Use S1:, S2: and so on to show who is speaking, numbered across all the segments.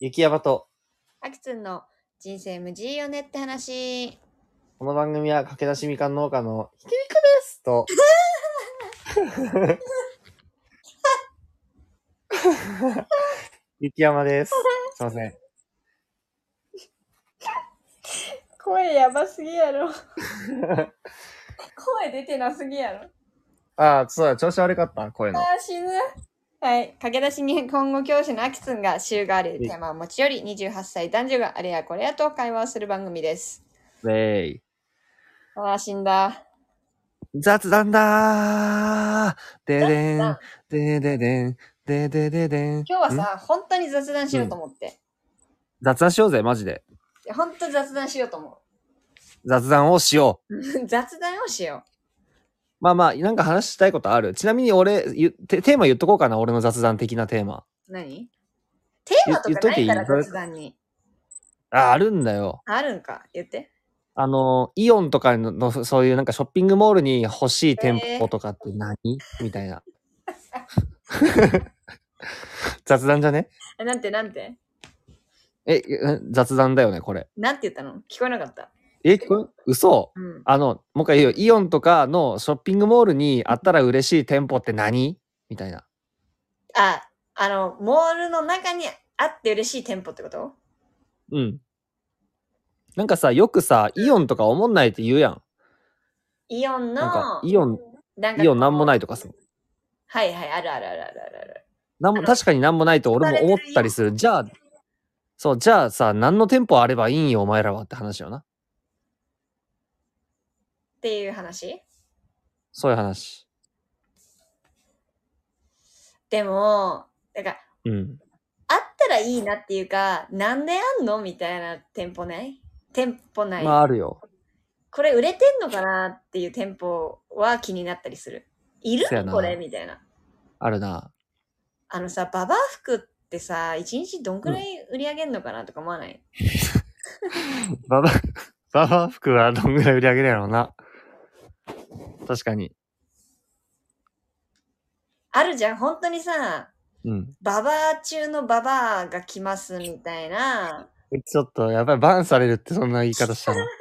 S1: 雪山と、
S2: あきつんの人生無事よねって話。
S1: この番組は駆け出しみかん農家のひきみくですと、 雪山です。すいません。
S2: 声やばすぎやろ。声出てなすぎやろ。
S1: ああ、そうだ、調子悪かった、声
S2: あ
S1: の。
S2: ー死ぬ。はい。駆け出し日本語教師のあきつんが週替わりでテーマを持ち寄り、28歳男女があれやこれやと会話をする番組です。
S1: ウェイ。
S2: ああ、死んだ。
S1: 雑談だーででん、でででん、ででででん。
S2: 今日は
S1: ん
S2: さ、本当に雑談しようと思って。い
S1: 雑談しようぜ、マジで。
S2: や、本当雑談しようと思
S1: 雑談をしよう。
S2: う。雑談をしよ
S1: まあまあ、なんか話したいことある。ちなみに俺、ゆテテーマ言っとこうかな、俺の雑談的なテーマ。
S2: う。何テーマと
S1: 言っ
S2: か
S1: とい
S2: な
S1: てい
S2: い
S1: い
S2: から雑談に。
S1: あ、あるんだよ。
S2: あるんか言って。
S1: あの、イオンとかのの、そういうなんかショッピングモールに欲しい店舗とかって何、みたいな。 雑談じゃね
S2: えなんてなんて
S1: え、え雑談だよね、これ。
S2: なんて言ったの聞こえなかった。
S1: え、聞こえ嘘
S2: うん。
S1: あの、もう一回言うよ。イオンとかのショッピングモールにあったら嬉しい店舗って何みたいな。
S2: あ、あの、モールの中にあって嬉しい店舗ってこと
S1: うん。なんかさ、よくさ、イオンとか思んないって言うやん。
S2: イオンの、
S1: なんか、イオン、
S2: なん。
S1: イオンなんもないいとかさ。
S2: はいはい、あるあるあるあるあるある。
S1: なんも、確かになんもないと俺も思ったりする。じゃあ、そう、じゃあさ、何の店舗あればいいんよ、お前らはって話よな。
S2: っていう話
S1: そういう話。
S2: でも、だから、
S1: うん。
S2: あったらいいなっていうか、なんであんのみたいな店舗ない店舗ない、
S1: まあ、あるよ。
S2: これ売れてんのかなっていう店舗は気になったりする。いる
S1: そやな
S2: これみたいな。
S1: あるな。
S2: あのさ、ババア服ってさ、一日どんくらい売り上げんのかなとか思わない、
S1: ババ、ババア服はどんぐらい売り上げるやろうな。確かに。
S2: あるじゃん、本当にさ、
S1: うん。
S2: ババア中のババアが来ますみたいな、
S1: ちょっと、やばい、バンされるってそんな言い方したの。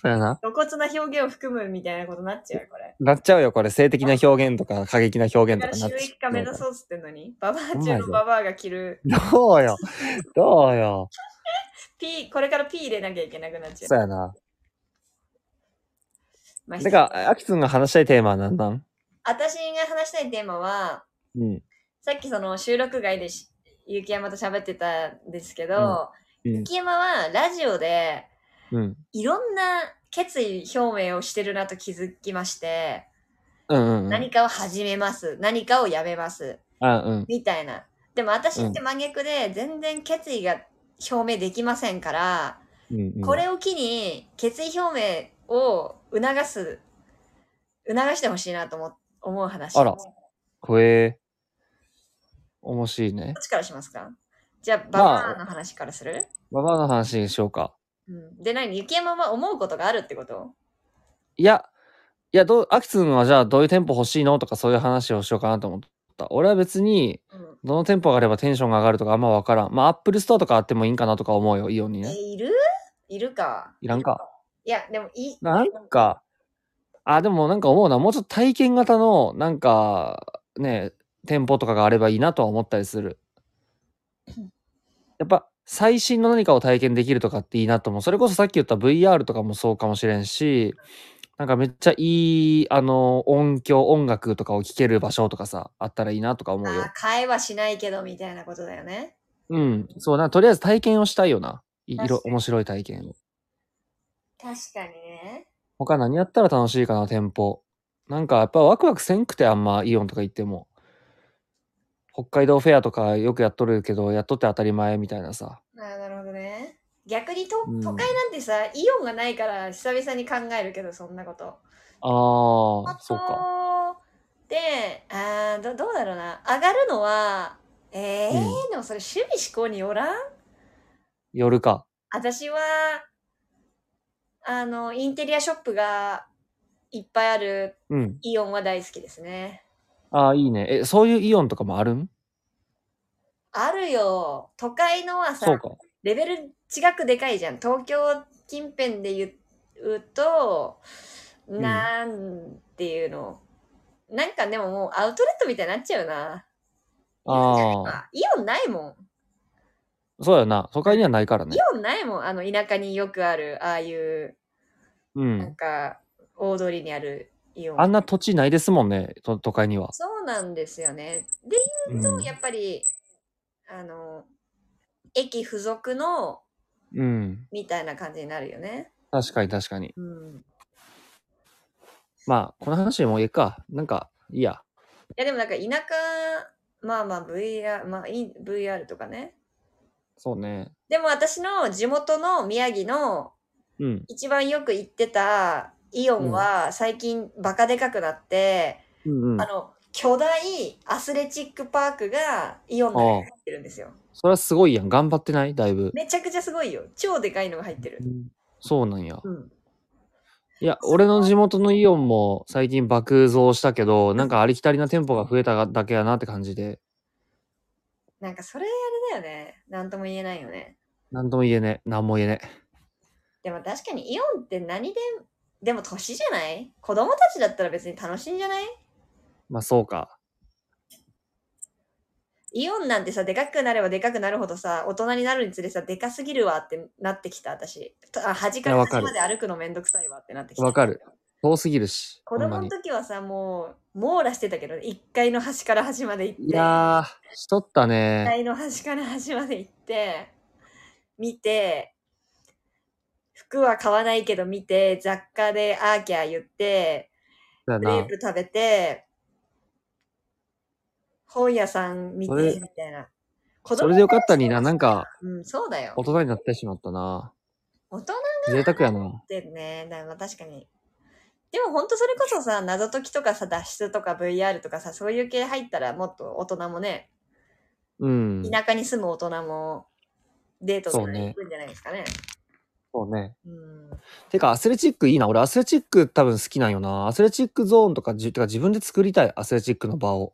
S1: そうやな。
S2: 露骨な表現を含むみたいなことになっちゃう、これ。
S1: なっちゃうよ、これ。性的な表現とか、過激な表
S2: だ
S1: 現
S2: か
S1: と
S2: ら
S1: かな
S2: 収
S1: っち
S2: 益
S1: ゃ
S2: 化
S1: う
S2: 目指そうっつってんのに、ババア中のババアが着る、
S1: どうよ。どう よ。
S2: P、これから P 入れなきゃいけなくなっちゃう。
S1: そうやな。
S2: まあ
S1: てか、アキくんが話したいテーマは何なん
S2: 私が話したいテーマは、
S1: うん。
S2: さっきその収録外でし雪山と喋ってたんですけ
S1: うん
S2: ど、
S1: うん。
S2: 雪山はラジオで
S1: うん。
S2: いろんな決意表明をしてるなと気づきまして、
S1: うんうんうん。
S2: 何かを始めます、何かをやめます、
S1: あうん。
S2: みたいな。でも私って真逆で全然決意が表明できませんから、
S1: うんうん、
S2: これを機に決意表明を促す、促してほしいなと思思う話。
S1: あら
S2: どっ
S1: これ、面白いね。
S2: ちからしますかじゃあ、バ
S1: まあ
S2: バアの話からする、
S1: ババアの話にしようか。
S2: うん、で、何雪山は思うことがあるってこと
S1: いや、いや、どう、アキツンはじゃあどういう店舗欲しいのとかそういう話をしようかなと思った。俺は別に、
S2: うん。
S1: どの店舗があればテンションが上がるとかあんまわからん。まあ、アップルストアとかあってもいいんかなとか思うよ、イオンに
S2: え、
S1: ね。
S2: いるいるか。
S1: いらんか。
S2: いや、でもいい。
S1: なんか、あ、でもなんか思うな。もうちょっと体験型の、なんか、ね、店舗とかがあればいいなとは思ったりする。やっぱ、最新の何かを体験できるとかっていいなと思う。それこそさっき言った VR とかもそうかもしれんし、なんかめっちゃいい、あの、音響、音楽とかを聴ける場所とかさ、あったらいいなとか思うよ
S2: あ。会話しないけどみたいなことだよね。
S1: うん。そうな、とりあえず体験をしたいよな。いいろ
S2: 確、かに
S1: 面白い体験を。
S2: 確かにね。
S1: 他何やったら楽しいかな、店舗。なんかやっぱワクワクせんくてあんまイオンとか行っても。北海道フェアとかよくやっとるけど、やっとって当たり前みたいなさ。
S2: あーなるほどね。逆にと
S1: うん
S2: 都会なんてさ、イオンがないから久々に考えるけど、そんなこと。
S1: ああ、そうか。
S2: か。で、あーどどうだろうな。上がるのは、えー
S1: う
S2: でもそれ趣味思考によらん
S1: 夜か。
S2: 私は、あの、インテリアショップがいっぱいある
S1: うん。
S2: イオンは大好きですね。
S1: ああ、いいね。え、そういうイオンとかもあるん
S2: あるよ。都会のは
S1: そ
S2: さ
S1: う、か。
S2: レベル違くでかいじゃん。東京近辺で言うと、
S1: ん
S2: なんていうの。なんかでももうアウトレットみたいになっちゃうな。
S1: ああ、
S2: あイオンないも
S1: そうやな。都会にはないから
S2: ん。
S1: ね
S2: イ。オンないもん。あの、田舎によくある、ああいう、
S1: う
S2: なん
S1: ん。
S2: か、大通りにあるイオン。
S1: あんな土地ないですもんね、と都会には。
S2: そうなんですよね。で、
S1: うん。
S2: やっぱり、あの、駅付属の、
S1: うん、
S2: みたいな感じになるよね。
S1: 確かに確かに。
S2: うん。い
S1: まあ、この話でもういいか。なんか、いいや。
S2: や、でもなんか田舎、まあまあ VR、まあいい VR とかね。
S1: そうね。
S2: でも私の地元の宮城の
S1: うん。
S2: 一番よく行ってたイオンは最近バカでかくなって、
S1: うんうん
S2: あ。の、巨大アスレチックパークがイオン内に入ってるんですよ。
S1: それはすごいやん。頑張ってないだいぶ。
S2: めちゃくちゃすごいよ。超でかいのが入ってる。
S1: そうなんや。
S2: うん。
S1: いや、俺の地元のイオンも最近爆増したけど、なんかありきたりな店舗が増えただけやなって感じで、
S2: なんかそれあれだよね。なんとも言えないよね。
S1: なんとも言えねえ。なんも言えねえ。
S2: でも確かにイオンって何で、でも年じゃない子供たちだったら別に楽しいんじゃない
S1: まあそうか。
S2: イオンなんてさ、でかくなればでかくなるほどさ、大人になるにつれさ、でかすぎるわってなってきた、私。たあ端か
S1: いや
S2: ら
S1: わか
S2: 端
S1: る
S2: まで歩くのめんどくさいわってなってきた。
S1: わかる。遠すぎるし。
S2: 子
S1: ほ
S2: 供
S1: んまに
S2: の時はさ、もう、網羅してたけど、1階の端から端まで行って、
S1: いやー、しとった
S2: 1
S1: ね。
S2: 階の端から端まで行って、見て、服は買わないけど見て、雑貨でアーキャー言って、
S1: だ
S2: クレー
S1: な。
S2: プ食べて、本屋さん見て、
S1: それ
S2: みたいな。子
S1: それでよかったにな。なんか、
S2: うん、そうだよ
S1: 大。人になってしまったな。
S2: 大人っ
S1: 贅沢やな。
S2: てね、だから確かに。でも本当それこそさ、謎解きとかさ、脱出とか VR とかさ、そういう系入ったらもっと大人もね、
S1: うん。
S2: 田舎に住む大人もデートと
S1: そう
S2: か
S1: ね
S2: 行くんじゃないですかね。
S1: そうね。
S2: うん。
S1: てか、アスレチックいいな。俺、アスレチック多分好きなんよな。アスレチックゾーンとか、じてか自分で作りたい、アスレチックの場を。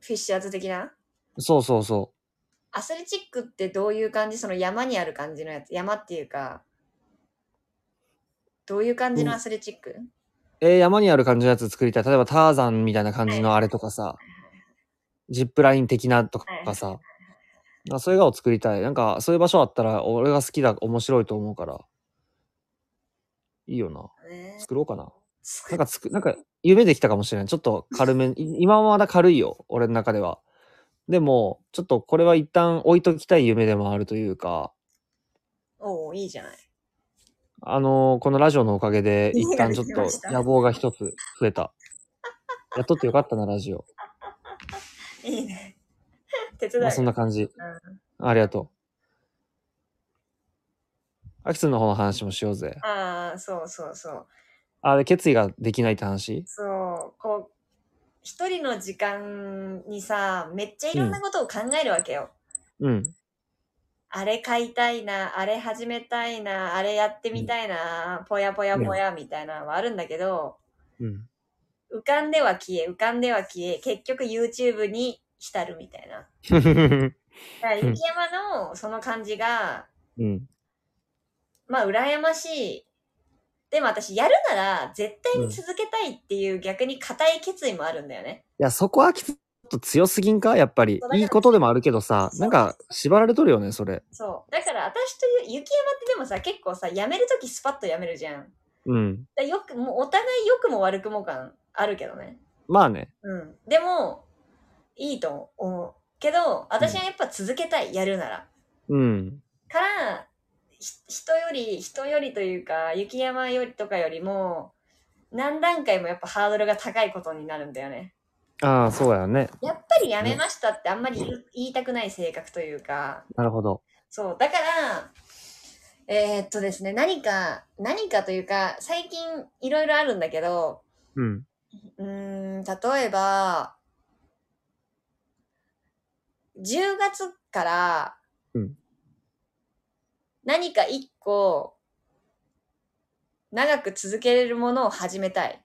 S2: フィッシャーズ的な
S1: そうそうそ
S2: アスレチックってどういう感じその山にある感じのやつ山っていうかどういう感じのアスレチック、
S1: う。えー山にある感じのやつ作りたい。例えば、ターザンみたいな感じのあれとかさ、ジップライン的なとか
S2: は
S1: さ、あそういうのを作りたい。なんか、そういう場所あったら、俺が好きだ、面白いと思うから。いいよな。
S2: ね
S1: 作ろうかな。
S2: 作
S1: な
S2: っ
S1: んかつく、なんか、夢できたかもしれない。ちょっと軽 め、い今はまだ軽いよ、俺の中では。でも、ちょっとこれは一旦置いときたい夢でもあるというか、
S2: おういいじゃない。
S1: あのーこのラジオのおかげ で、一旦ちょっ
S2: 夢が出まし
S1: と
S2: た
S1: 野望が一つ増え た。やっとってよかったな、ラジオ。
S2: いいね。 手伝う
S1: ま
S2: よ
S1: あ、そんな感じ。ありがとう。アキツンの方の話もしようぜ。
S2: ああ、そうそうそう。
S1: あ、で、決意ができないって話
S2: そう、こう、一人の時間にさ、めっちゃいろんなことを考えるわけよ。
S1: うん。
S2: あれ買いたいな、あれ始めたいな、あれやってみたいな、ぽやぽやぽやみたいなのはあるんだけど、
S1: うん。
S2: 浮かんでは消え、浮かんでは消え、結局 YouTube に浸るみたいな。だから
S1: うん
S2: 雪山のその感じが、
S1: うん。
S2: まあ羨ましい。でも私やるなら絶対に続けたいっていう逆に固い決意もあるんだよね。
S1: いや、そこはきつちょっと強すぎんかやっぱり
S2: そうだ。から
S1: いいことでもあるけどさ、
S2: そう
S1: なんか縛られとるよね、それ。
S2: そう。だから私という雪山ってでもさ、結構さ、やめるときスパッとやめるじゃん。だか
S1: うん。
S2: らよく、もうお互い良くも悪くも感あるけどね。
S1: まあね。
S2: うん。でも、いいと思う。けど、私はやっぱ続けたい、やるなら。
S1: うん。
S2: からひ人より人よりというか雪山よりとかよりも何段階もやっぱハードルが高いことになるんだよね。
S1: ああ、そうやね。
S2: やっぱりやめましたってあんまり言う言いたくない性格というか
S1: なるほど。
S2: そうだからえーっとですね何か何かというか最近いろいろあるんだけど
S1: うん。
S2: うーん例えば10月から
S1: うん
S2: 何か一個長く続けれるものを始めたい。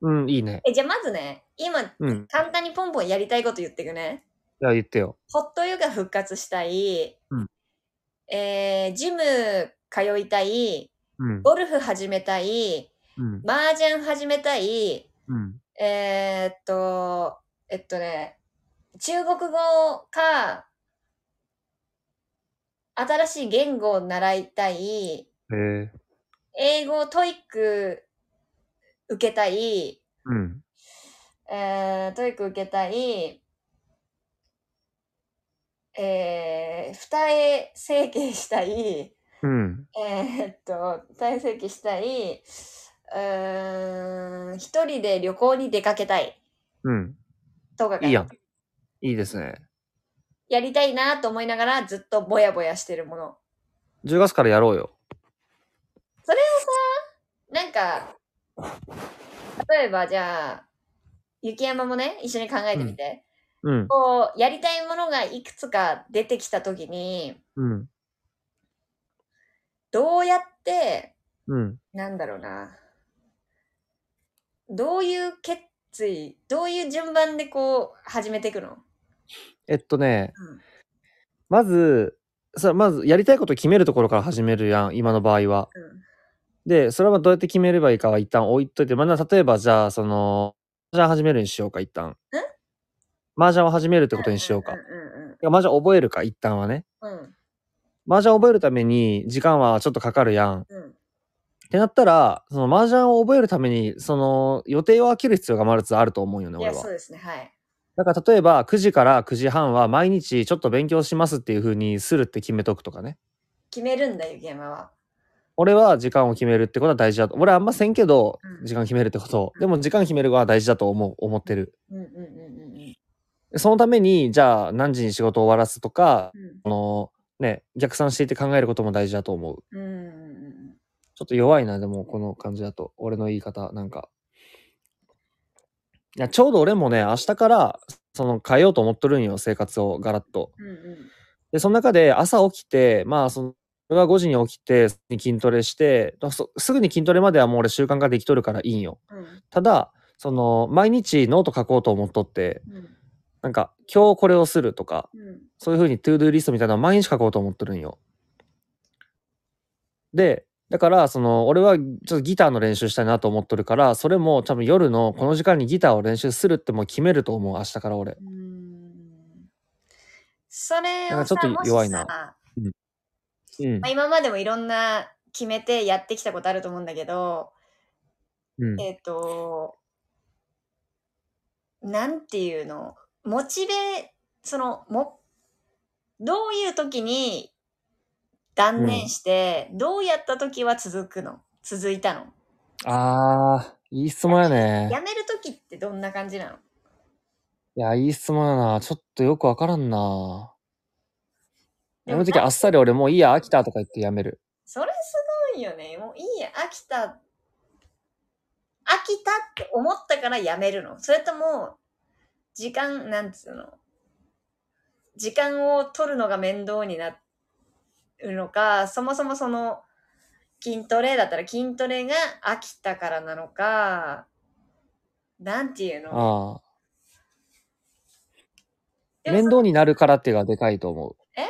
S1: うん、いいね。
S2: えじゃあまずね今
S1: うん。
S2: 簡単にポンポンやりたいこと言ってくね。
S1: じゃあ言ってよ。
S2: ホットヨガ復活したい、
S1: うん
S2: えージム通いたい、
S1: うん。
S2: ゴルフ始めたい、
S1: うん。
S2: 麻雀始めたい、
S1: うん。
S2: えーっと、えっとね、中国語か、新しい言語を習いたい、
S1: えー、
S2: 英語トイック受けたい、
S1: うん。
S2: えー、トイック受けたい、えー、二重整形したい、
S1: うん。
S2: えー、っと、二重整形したい、うーん、一人で旅行に出かけたい
S1: うん。
S2: とかが
S1: いいやん。いいですね。
S2: やりたいなと思いながらずっとぼやぼやしてるもの。
S1: 10月からやろうよ。
S2: なんか、例えばじゃあ、雪山もね、一緒に考えてみて、
S1: うん。
S2: こう、やりたいものがいくつか出てきたときに、
S1: うん。
S2: どうやって、
S1: うん。
S2: なんだろうな。どういう決意、どういう順番でこう、始めていくの
S1: えっとね、
S2: うん
S1: まず、さまずやりたいことを決めるところから始めるやん、今の場合は。で、それはどうやって決めればいいかは一旦置いといて、まあ、例えばじゃあ、その、麻雀始めるにしようか、一旦。麻雀を始めるってことにしようか。
S2: うん
S1: いや麻雀覚えるか、一旦はね。
S2: うんうん。
S1: 麻雀覚えるために時間はちょっとかかるやん。っ
S2: うんうん。
S1: てなったら、その麻雀を覚えるために、その予定を空ける必要がまずあると思うよね、
S2: い
S1: 俺
S2: や、
S1: は
S2: そう。ですね、はい。
S1: だから例えば9時から9時半は毎日ちょっと勉強しますっていう風にするって決めとくとかね。
S2: 決めるんだ、雪山は。
S1: 俺は時間を決めるってことは大事だと。俺はあんませんけど
S2: う、ん
S1: 時間決めるってことを。でも時間決めるのは大事だと思う、思ってる。
S2: うんうんうんうん
S1: そのために、じゃあ何時に仕事を終わらすとか、
S2: うん。
S1: あの、ね、逆算していって考えることも大事だと思う。
S2: うんうんうんうん。
S1: ちょっと弱いな、でもこの感じだと。俺の言い方、なんか。いや、ちょうど俺もね、明日から、その変えようと思っとるんよ、生活をガラッと。
S2: うんうん
S1: で、その中で朝起きて、まあ、その、俺は5時に起きて、すぐに筋トレして、だそすぐに筋トレまではもう俺習慣化できとるからいいんよ。
S2: うん
S1: ただ、その、毎日ノート書こうと思っとって、
S2: うん
S1: なんか、今日これをするとか、
S2: うん
S1: そういうふうにトゥードゥーリストみたいなのを毎日書こうと思っとるんよ。で、だから、その、俺はちょっとギターの練習したいなと思っとるから、それも多分夜のこの時間にギターを練習するってもう決めると思う、明日から俺。
S2: うーんそれ
S1: なん
S2: を
S1: かち
S2: さ
S1: ょっと
S2: もし
S1: 弱いな
S2: さ
S1: うん
S2: まあ、。今までもいろんな決めてやってきたことあると思うんだけど、
S1: うん。
S2: えっ、と、なんていうの、モチベ、その、も、どういう時に断念して、どうやった時は続くの続いたの
S1: あー、いい質問やね。
S2: やめる時ってどんな感じなの
S1: いや、いい質問やな。ちょっとよくわからんな。
S2: で
S1: や
S2: も
S1: めるときあっさり俺もういいや、飽きたとか言ってやめる。
S2: それすごいよね。もういいや、飽きた。飽きたって思ったからやめるの。それとも、時間、なんつうの。時間を取るのが面倒になるのか、そもそもその、筋トレだったら筋トレが飽きたからなのか、なんていうの
S1: ああ。
S2: でも
S1: 面倒になるからっていうのがでかいと思う。
S2: え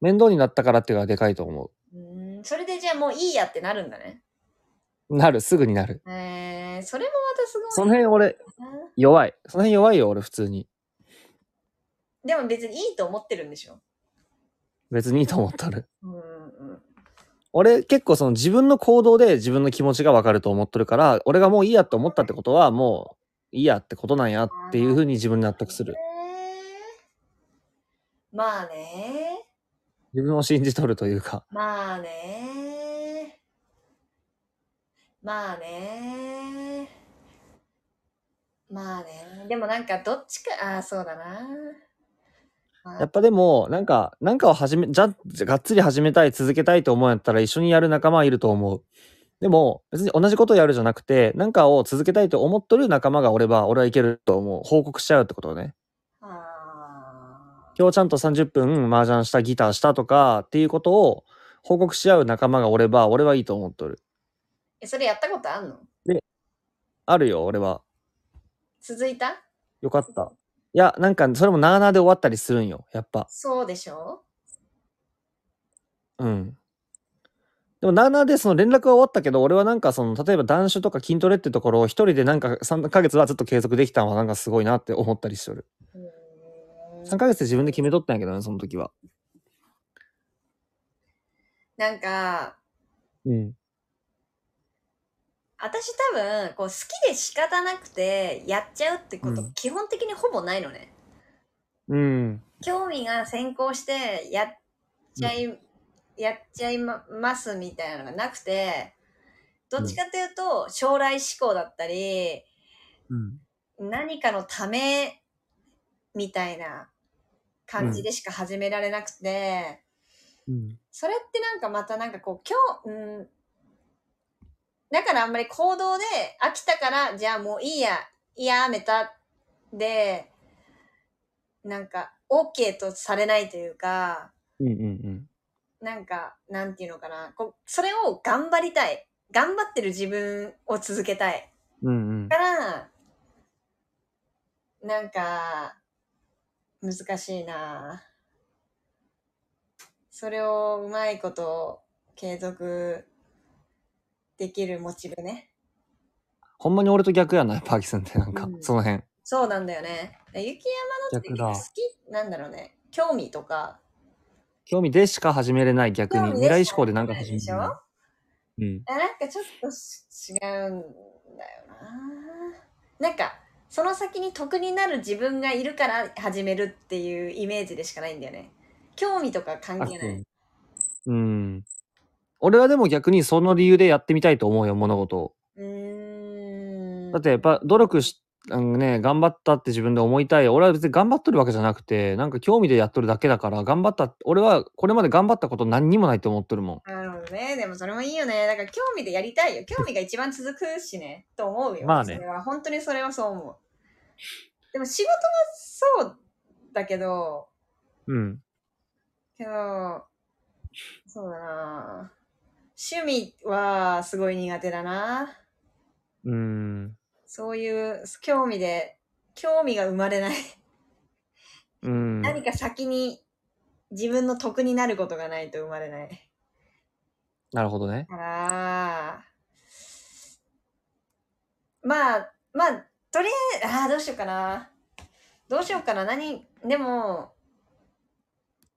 S1: 面倒になったからっていうのがでかいと思
S2: うーんそれでじゃあもういいやってなるんだね。
S1: う。なる、すぐになる。
S2: えー、それもまたす
S1: そ
S2: ごい
S1: の辺俺、
S2: な。
S1: 弱い。その辺弱いよ、俺普通に。
S2: でも別にいいと思ってるんでしょ
S1: 別にいいと思っとる。
S2: うんうん
S1: 俺結構その自分の行動で自分の気持ちがわかると思っとるから、俺がもういいやと思ったってことは、もういいやってことなんやっていうふうに自分に納得する。
S2: えーまあね。
S1: 自分を信じとるというか。
S2: まあね。まあね。まあね。でもなんかどっちか、ああ、そうだな。まあ
S1: やっぱでも、なんか、なんかを始め、じゃ、じゃがっつり始めたい、続けたいと思うんやったら一緒にやる仲間はいると思う。でも、別に同じことをやるじゃなくて、なんかを続けたいと思っとる仲間がおれば、俺はいけると思う。報告しちゃうってことね。
S2: あ
S1: 今日ちゃんと30分麻雀した、ギターしたとか、っていうことを報告し合う仲間がおれば、俺はいいと思っとる。
S2: ーえ、それやったことあんの
S1: あるよ、俺は。
S2: 続いた
S1: よかった。いや、なんか、それもなあなあで終わったりするんよ、やっぱ。
S2: そうでしょ
S1: うん。でも、なあなあでその連絡は終わったけど、俺はなんかその、例えば断酒とか筋トレってところを一人でなんか3ヶ月はずっと継続できたのはなんかすごいなって思ったりしてる。
S2: うー
S1: 3
S2: ん
S1: ヶ月で自分で決めとったんやけどね、その時は。
S2: なんか、
S1: うん。
S2: 私多分、こう、好きで仕方なくて、やっちゃうってこと、
S1: うん
S2: 基本的にほぼないのね。
S1: うん。
S2: 興味が先行して、やっちゃい、やっちゃいまますみたいなのがなくて、どっちかというと、将来志向だったり、
S1: うん。
S2: 何かのためみたいな感じでしか始められなくて、
S1: うん。
S2: それってなんかまたなんかこう今日、うん、だからあんまり行動で飽きたからじゃあもういいやいやめたでなんか OK とされないというか
S1: うん。うん。
S2: なんかなんていうのかなこうそれを頑張りたい頑張ってる自分を続けたい
S1: うん。うん
S2: だ。から、なんか、難しいなそれをうまいこと継続できるモチベね。
S1: ほんまに俺と逆やな、パーキスンってなんか、
S2: うん
S1: その辺。
S2: そうなんだよね。雪山のって
S1: 逆だ
S2: 好きなんだろうね。興味とか。
S1: 興味でしか始めれない逆に
S2: 興味でし
S1: 未
S2: か
S1: 来志向でなんか始め
S2: でし
S1: れ
S2: ょ
S1: な、い。うん。
S2: あなんかちょっとし違うんだよななんか、その先に得になる自分がいるから始めるっていうイメージでしかないんだよね。興味とか関
S1: あ
S2: 係ない。
S1: うん。俺はでも逆にその理由でやってみたいと思うよ、物事を。
S2: うーん。
S1: だってやっぱ努力し、あのね、頑張ったって自分で思いたい。俺は別に頑張っとるわけじゃなくて、なんか興味でやっとるだけだから、頑張ったって、俺はこれまで頑張ったこと何にもないと思っとるもん。
S2: なるほどね。でもそれもいいよね。だから興味でやりたいよ。興味が一番続くしね。と思うよ。
S1: まあね
S2: それは本当にそれはそう思う。でも仕事もそうだけど、
S1: うん。
S2: けど、そうだな趣味はすごい苦手だな
S1: うん。
S2: そういう興味で、興味が生まれない。
S1: うん。
S2: 何か先に自分の得になることがないと生まれない。
S1: なるほどね。
S2: あらまあまあとりあえずあーどうしようかなどうしようかな何でも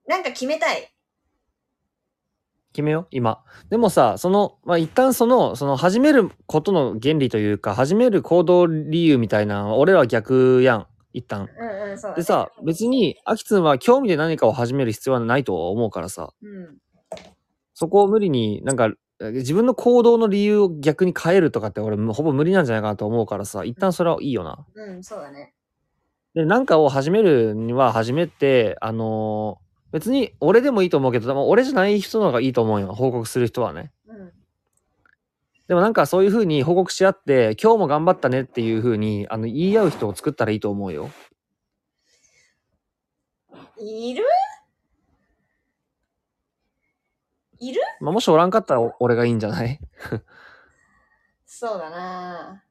S2: なんか決めたい
S1: 決めよう今でもさその、まあ、一旦そのその始めることの原理というか始める行動理由みたいなのは俺らは逆やん一旦
S2: うんうんそうだね
S1: でさ別にアキツンは興味で何かを始める必要はないとは思うからさ
S2: うん
S1: そこを無理になんかえ自分の行動の理由を逆に変えるとかって俺もうほぼ無理なんじゃないかなと思うからさ一旦それはいいよな
S2: うんそうだね
S1: で何かを始めるには始めてあのー別に俺でもいいと思うけどでも俺じゃない人の方がいいと思うよ報告する人はね
S2: うん
S1: でもなんかそういうふうに報告し合って、今日も頑張ったねっていうふうに、あの、言い合う人を作ったらいいと思うよ。
S2: いるいる
S1: まあ、もしおらんかったらお俺がいいんじゃない
S2: そうだな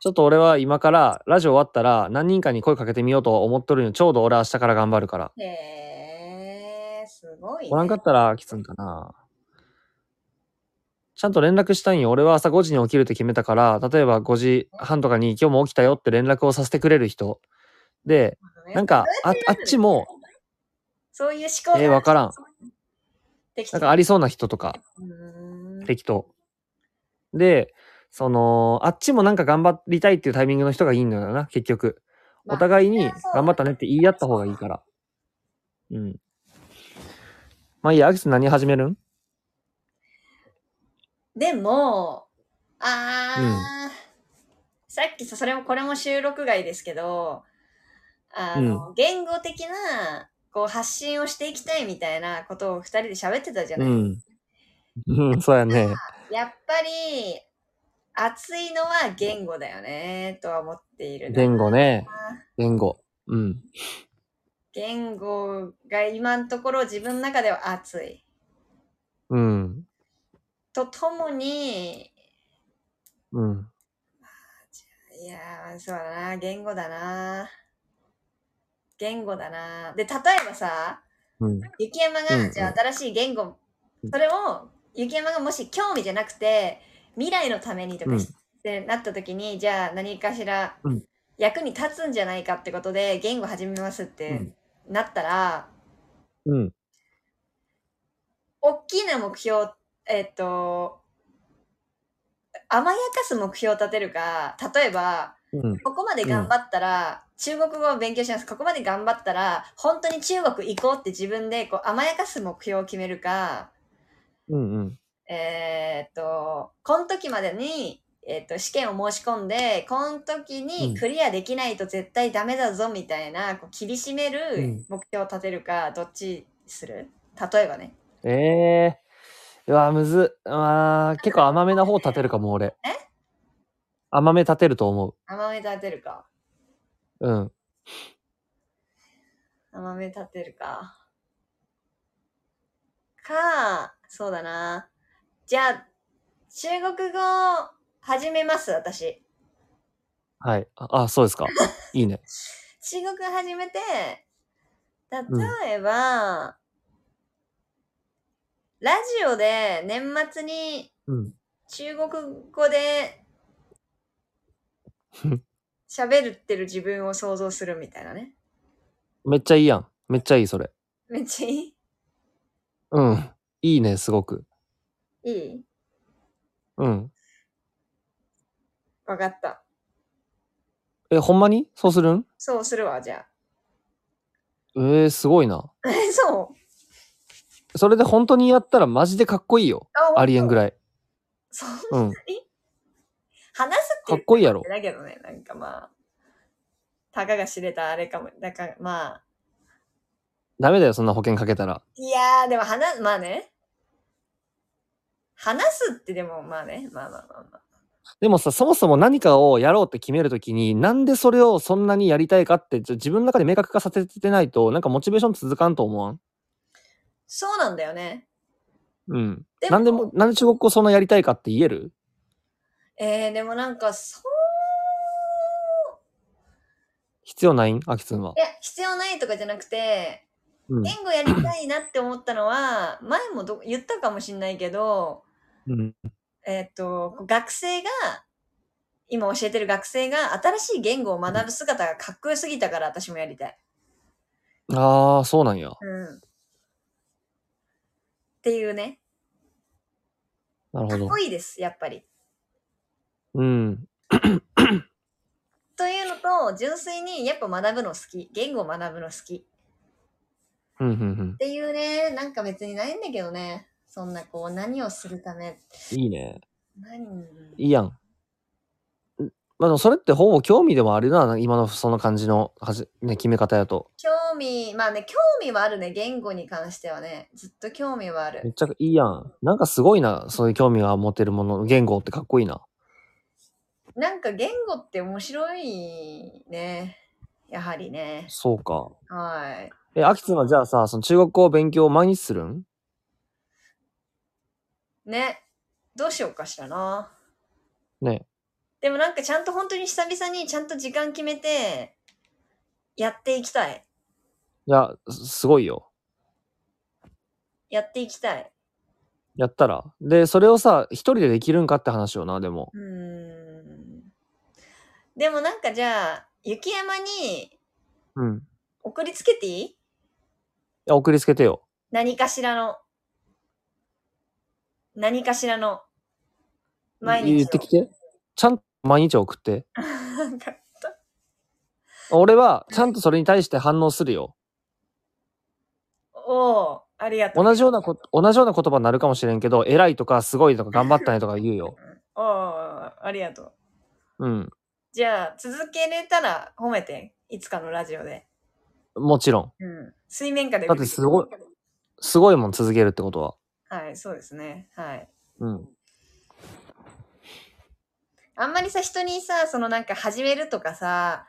S1: ちょっと俺は今から、ラジオ終わったら、何人かに声かけてみようと思っとるんよ。ちょうど俺は明日から頑張るから。
S2: へえすごい、ね、
S1: おらんかったら、きつんかな。ちゃんと連絡したいんよ。俺は朝5時に起きるって決めたから、例えば5時半とかに今日も起きたよって連絡をさせてくれる人。で、なんか、ああっちも、
S2: そういう思考
S1: えーわからん
S2: できて
S1: なん
S2: る
S1: かありそうな人とか。
S2: うーん
S1: 適当。で、その、あっちもなんか頑張りたいっていうタイミングの人がいいんだよな、結局。
S2: まあ
S1: お互い
S2: そ
S1: に
S2: りゃそうだ
S1: 頑張ったねって言い合った方がいいから。うん。まあいいや、アキス何始めるん
S2: でも、あー、さっきさ、それも、これも収録外ですけど、あの、言語的な、こう、発信をしていきたいみたいなことを二人で喋ってたじゃ
S1: う
S2: ない、
S1: ん。うん、そうやね。
S2: やっぱり、熱いのは言語だよね、とは思っているな。
S1: 言語ね。言語。うん。
S2: 言語が今のところ自分の中では熱い。
S1: うん。
S2: とともに、
S1: うん。
S2: いやー、そうだな、言語だな。言語だな。で、例えばさ、
S1: うん。
S2: 雪山が、
S1: うんうん
S2: じゃあ新しい言語
S1: うん、
S2: それを、雪山がもし興味じゃなくて、未来のためにと
S1: う
S2: か
S1: ん
S2: ってなった時に、じゃあ何かしら
S1: うん
S2: 役に立つんじゃないかってことで、言語始めますってなったら、
S1: うん。
S2: 大きな目標、えっと、甘やかす目標を立てるか、例えば、
S1: うん。
S2: ここまで頑張ったら、中国語を勉強します。ここまで頑張ったら、本当に中国行こうって自分でこう甘やかす目標を決めるか、
S1: うん。うん。
S2: えーっと、この時までに、えーっと、試験を申し込んで、この時
S1: うん
S2: にクリアできないと絶対ダメだぞみたいな、こう厳しめ
S1: うん
S2: る目標を立てるか、どっちする例えばね。
S1: ええー。うわ、むずっ。あー結構甘めな方立てるかも、俺。
S2: え
S1: 甘め立てると思
S2: 甘め立てるか。
S1: う。うん。
S2: 甘め立てるか。か、そうだな。じゃあ、中国語始めます、私。
S1: はい。あ、あそうですか。いいね。
S2: 中国語始めて、
S1: ん
S2: 例えば、ラジオで年末に
S1: うん。
S2: 中国 語で喋ってる自分を想像するみたいなね。
S1: めっちゃいいやん。めっちゃいい、それ。
S2: めっちゃいい
S1: うん。いいね、すごく。
S2: いい
S1: うん。
S2: わかった。
S1: え、ほんまにそうするん
S2: そうするわ、じゃ
S1: えー、すごいな。
S2: あ。 え、そう
S1: それで本当にやったらマジでかっこいいよ。ありえんぐ
S2: らい。
S1: らい。
S2: そう
S1: うん。
S2: 話すって
S1: か
S2: 言
S1: っこいいやろ。
S2: だけどね、なんかまあ、たかが知れたあれかも、だからまあ、
S1: ダメだよ、そんな保険かけたら。
S2: いやー、でも話、まあね、話すってでもまあね、まあまあまあまあ。
S1: でもさ、そもそも何かをやろうって決めるときに、なんでそれをそんなにやりたいかって、ちょ自分の中で明確化させてないと、なんかモチベーション続かんと思わん
S2: そうなんだよね。
S1: うん。
S2: でも
S1: なんでも、なんで中国語そんなやりたいかって言える
S2: えー、でもなんか、そう、
S1: 必要ないんアキツンは。
S2: いや、必要ないとかじゃなくて、
S1: うん。
S2: 言語やりたいなって思ったのは、前もど言ったかもしんないけど、
S1: うん。
S2: えっと、学生が、今教えてる学生が新しい言語を学ぶ姿がかっこよすぎたから私もやりたい。
S1: ああ、そうなんや。
S2: うん。っていうね。
S1: なる
S2: か
S1: ほ
S2: っ
S1: ど
S2: こ。いいです、やっぱり。
S1: うん。
S2: というのと、純粋にやっぱ学ぶの好き。言語を学ぶの好き。っ
S1: うん、うん、うん。
S2: ていうね、なんか別にないんだけどね。そんなこう、何をするため。
S1: いいね。
S2: 何
S1: いいやん。んまあでもそれってほぼ興味でもあるな、今のその感じのはじ、ね、決め方やと。
S2: 興味、まあね、興味はあるね。言語に関してはね。ずっと興味はあ
S1: めっ
S2: る。
S1: ちゃいいやん。なんかすごいな、そういう興味が持てるもの、言語ってかっこいいな。
S2: なんか言語って面白いね。やはりね。
S1: そうか。
S2: はい。
S1: え、アキツンはじゃあさ、その中国語を勉強を毎日するん
S2: ね。どうしようかしらな。
S1: ね。
S2: でもなんかちゃんと本当に久々にちゃんと時間決めてやっていきたい。
S1: いや、すすごいよ。
S2: やっていきたい。
S1: やったら。で、それをさ、一人でできるんかって話よな、でも。
S2: うーん。でもなんかじゃあ、雪山に
S1: うん。い
S2: 送りつけていい
S1: や、送りつけてよ。
S2: 何かしらの。何かしらの。毎日を。
S1: 言ってきて。ちゃんと毎日送って。
S2: なんか
S1: 俺は、ちゃんとそれに対して反応するよ。
S2: おおありがとう。
S1: 同じようなこ、同じような言葉になるかもしれんけど、偉いとか、すごいとか、頑張ったねとか言うよ。
S2: おおありがとう。
S1: うん。
S2: じゃあ、続けれたら褒めて。いつかのラジオで。
S1: もちろん。
S2: うん。水面下で。
S1: だってすごい。すごいもん続けるってことは。
S2: はい、そうですね。はい。
S1: うん。
S2: あんまりさ、人にさ、そのなんか始めるとかさ、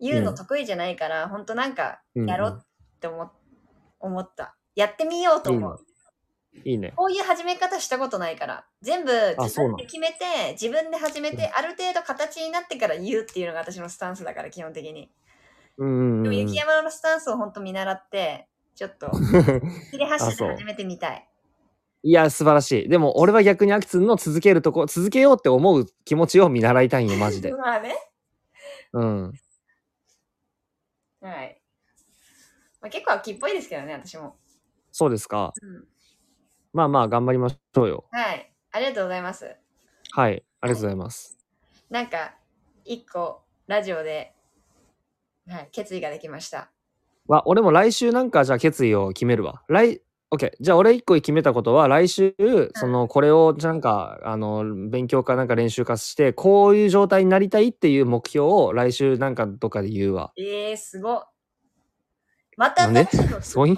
S2: 言うの得意じゃないから、ほんとなんか、
S1: うん
S2: やろうって思,、思った。やってみようと思う。
S1: いいね。
S2: こういう始め方したことないから。全部自
S1: そうな
S2: 分
S1: の
S2: で決めて、自分で始め
S1: うん
S2: て、ある程度形になってから言うっていうのが私のスタンスだから、基本的に。
S1: うんうん
S2: で
S1: うん
S2: も雪。山のスタンスをほんと見習って、ちょ っと、切れ
S1: あ
S2: 端
S1: そう
S2: で始めてみたい。。
S1: いや、素晴らしい。でも、俺は逆にアキツンの続けるとこ、続けようって思う気持ちを見習いたいんよ、マジで
S2: まあね。
S1: うん。
S2: はい。まあ、結構秋っぽいですけどね、私も。
S1: そうですか。
S2: うん。
S1: まあまあ、頑張りましょうよ。
S2: はい。ありがとうございます。
S1: はい。ありがとうございます。
S2: なんか、一個、ラジオで、はい、決意ができました。
S1: わ、俺も来週なんか、じゃあ決意を決めるわ。来、オッケー。じゃあ、俺一個決めたことは、来週、その、これを、なんか、あの、勉強かなんか練習化して、こういう状態になりたいっていう目標を、来週なんかどっかで言うわ。
S2: えー、すごっ。また
S1: なんで
S2: 新しいの
S1: そういい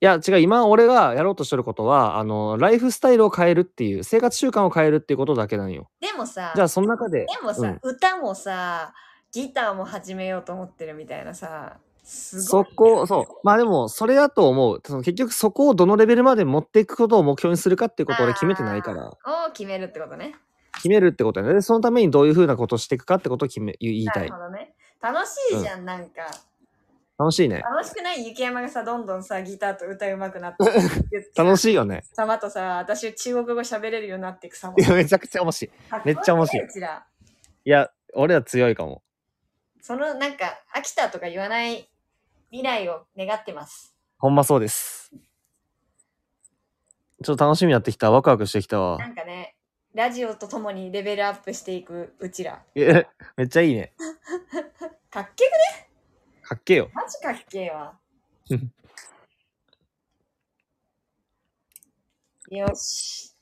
S1: や、違う。今、俺がやろうとしてることは、あの、ライフスタイルを変えるっていう、生活習慣を変えるっていうことだけなんよ。
S2: でもさ、
S1: じゃあ、その中で。
S2: でもさ、歌もさ、ギターも始めようと思ってるみたいなさ、すご
S1: そ
S2: い。
S1: こ、そう。まあでも、それだと思う。その結局、そこをどのレベルまで持っていくことを目標にするかっていうことを俺決めてないから、
S2: を決めるってことね。
S1: 決めるってことやね。で、そのためにどういうふうなことをしていくかってことを決め言言いたい
S2: な。るほどね。楽しいじゃん、なんか。
S1: 楽しいね。
S2: 楽しくない雪山がさ、どんどんさ、ギターと歌うまくなっていく
S1: 楽しいよね。
S2: 様とさ、私中国語喋れるようになっていく様。
S1: いや、めちゃくちゃ面白い。
S2: かっこ
S1: めっちゃ面白いう
S2: ちら。
S1: いや、俺は強いかも。
S2: そのなんか、飽きたとか言わない未来を願ってます。
S1: ほんまそうです。ちょっと楽しみになってきた。ワクワクしてきたわ
S2: な。んかね、ラジオとともにレベルアップしていくうちら。
S1: え、めっちゃいいね。
S2: かっけえ
S1: かっけえよ。
S2: マジかっけえわ。よし、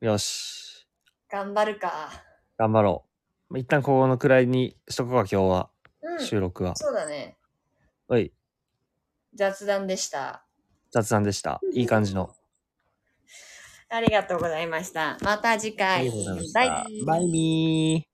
S1: よし。
S2: 頑張るか。
S1: 頑張ろう。まあ一旦ここのくらいにしとこうか、今日は。
S2: うん、
S1: 収録は。
S2: そうだね。
S1: おい、
S2: 雑談でした。
S1: 雑談でした。いい感じの。
S2: ありがとうございました。また次
S1: あり
S2: 回
S1: がとうございまし。た
S2: バイビー
S1: バイビー。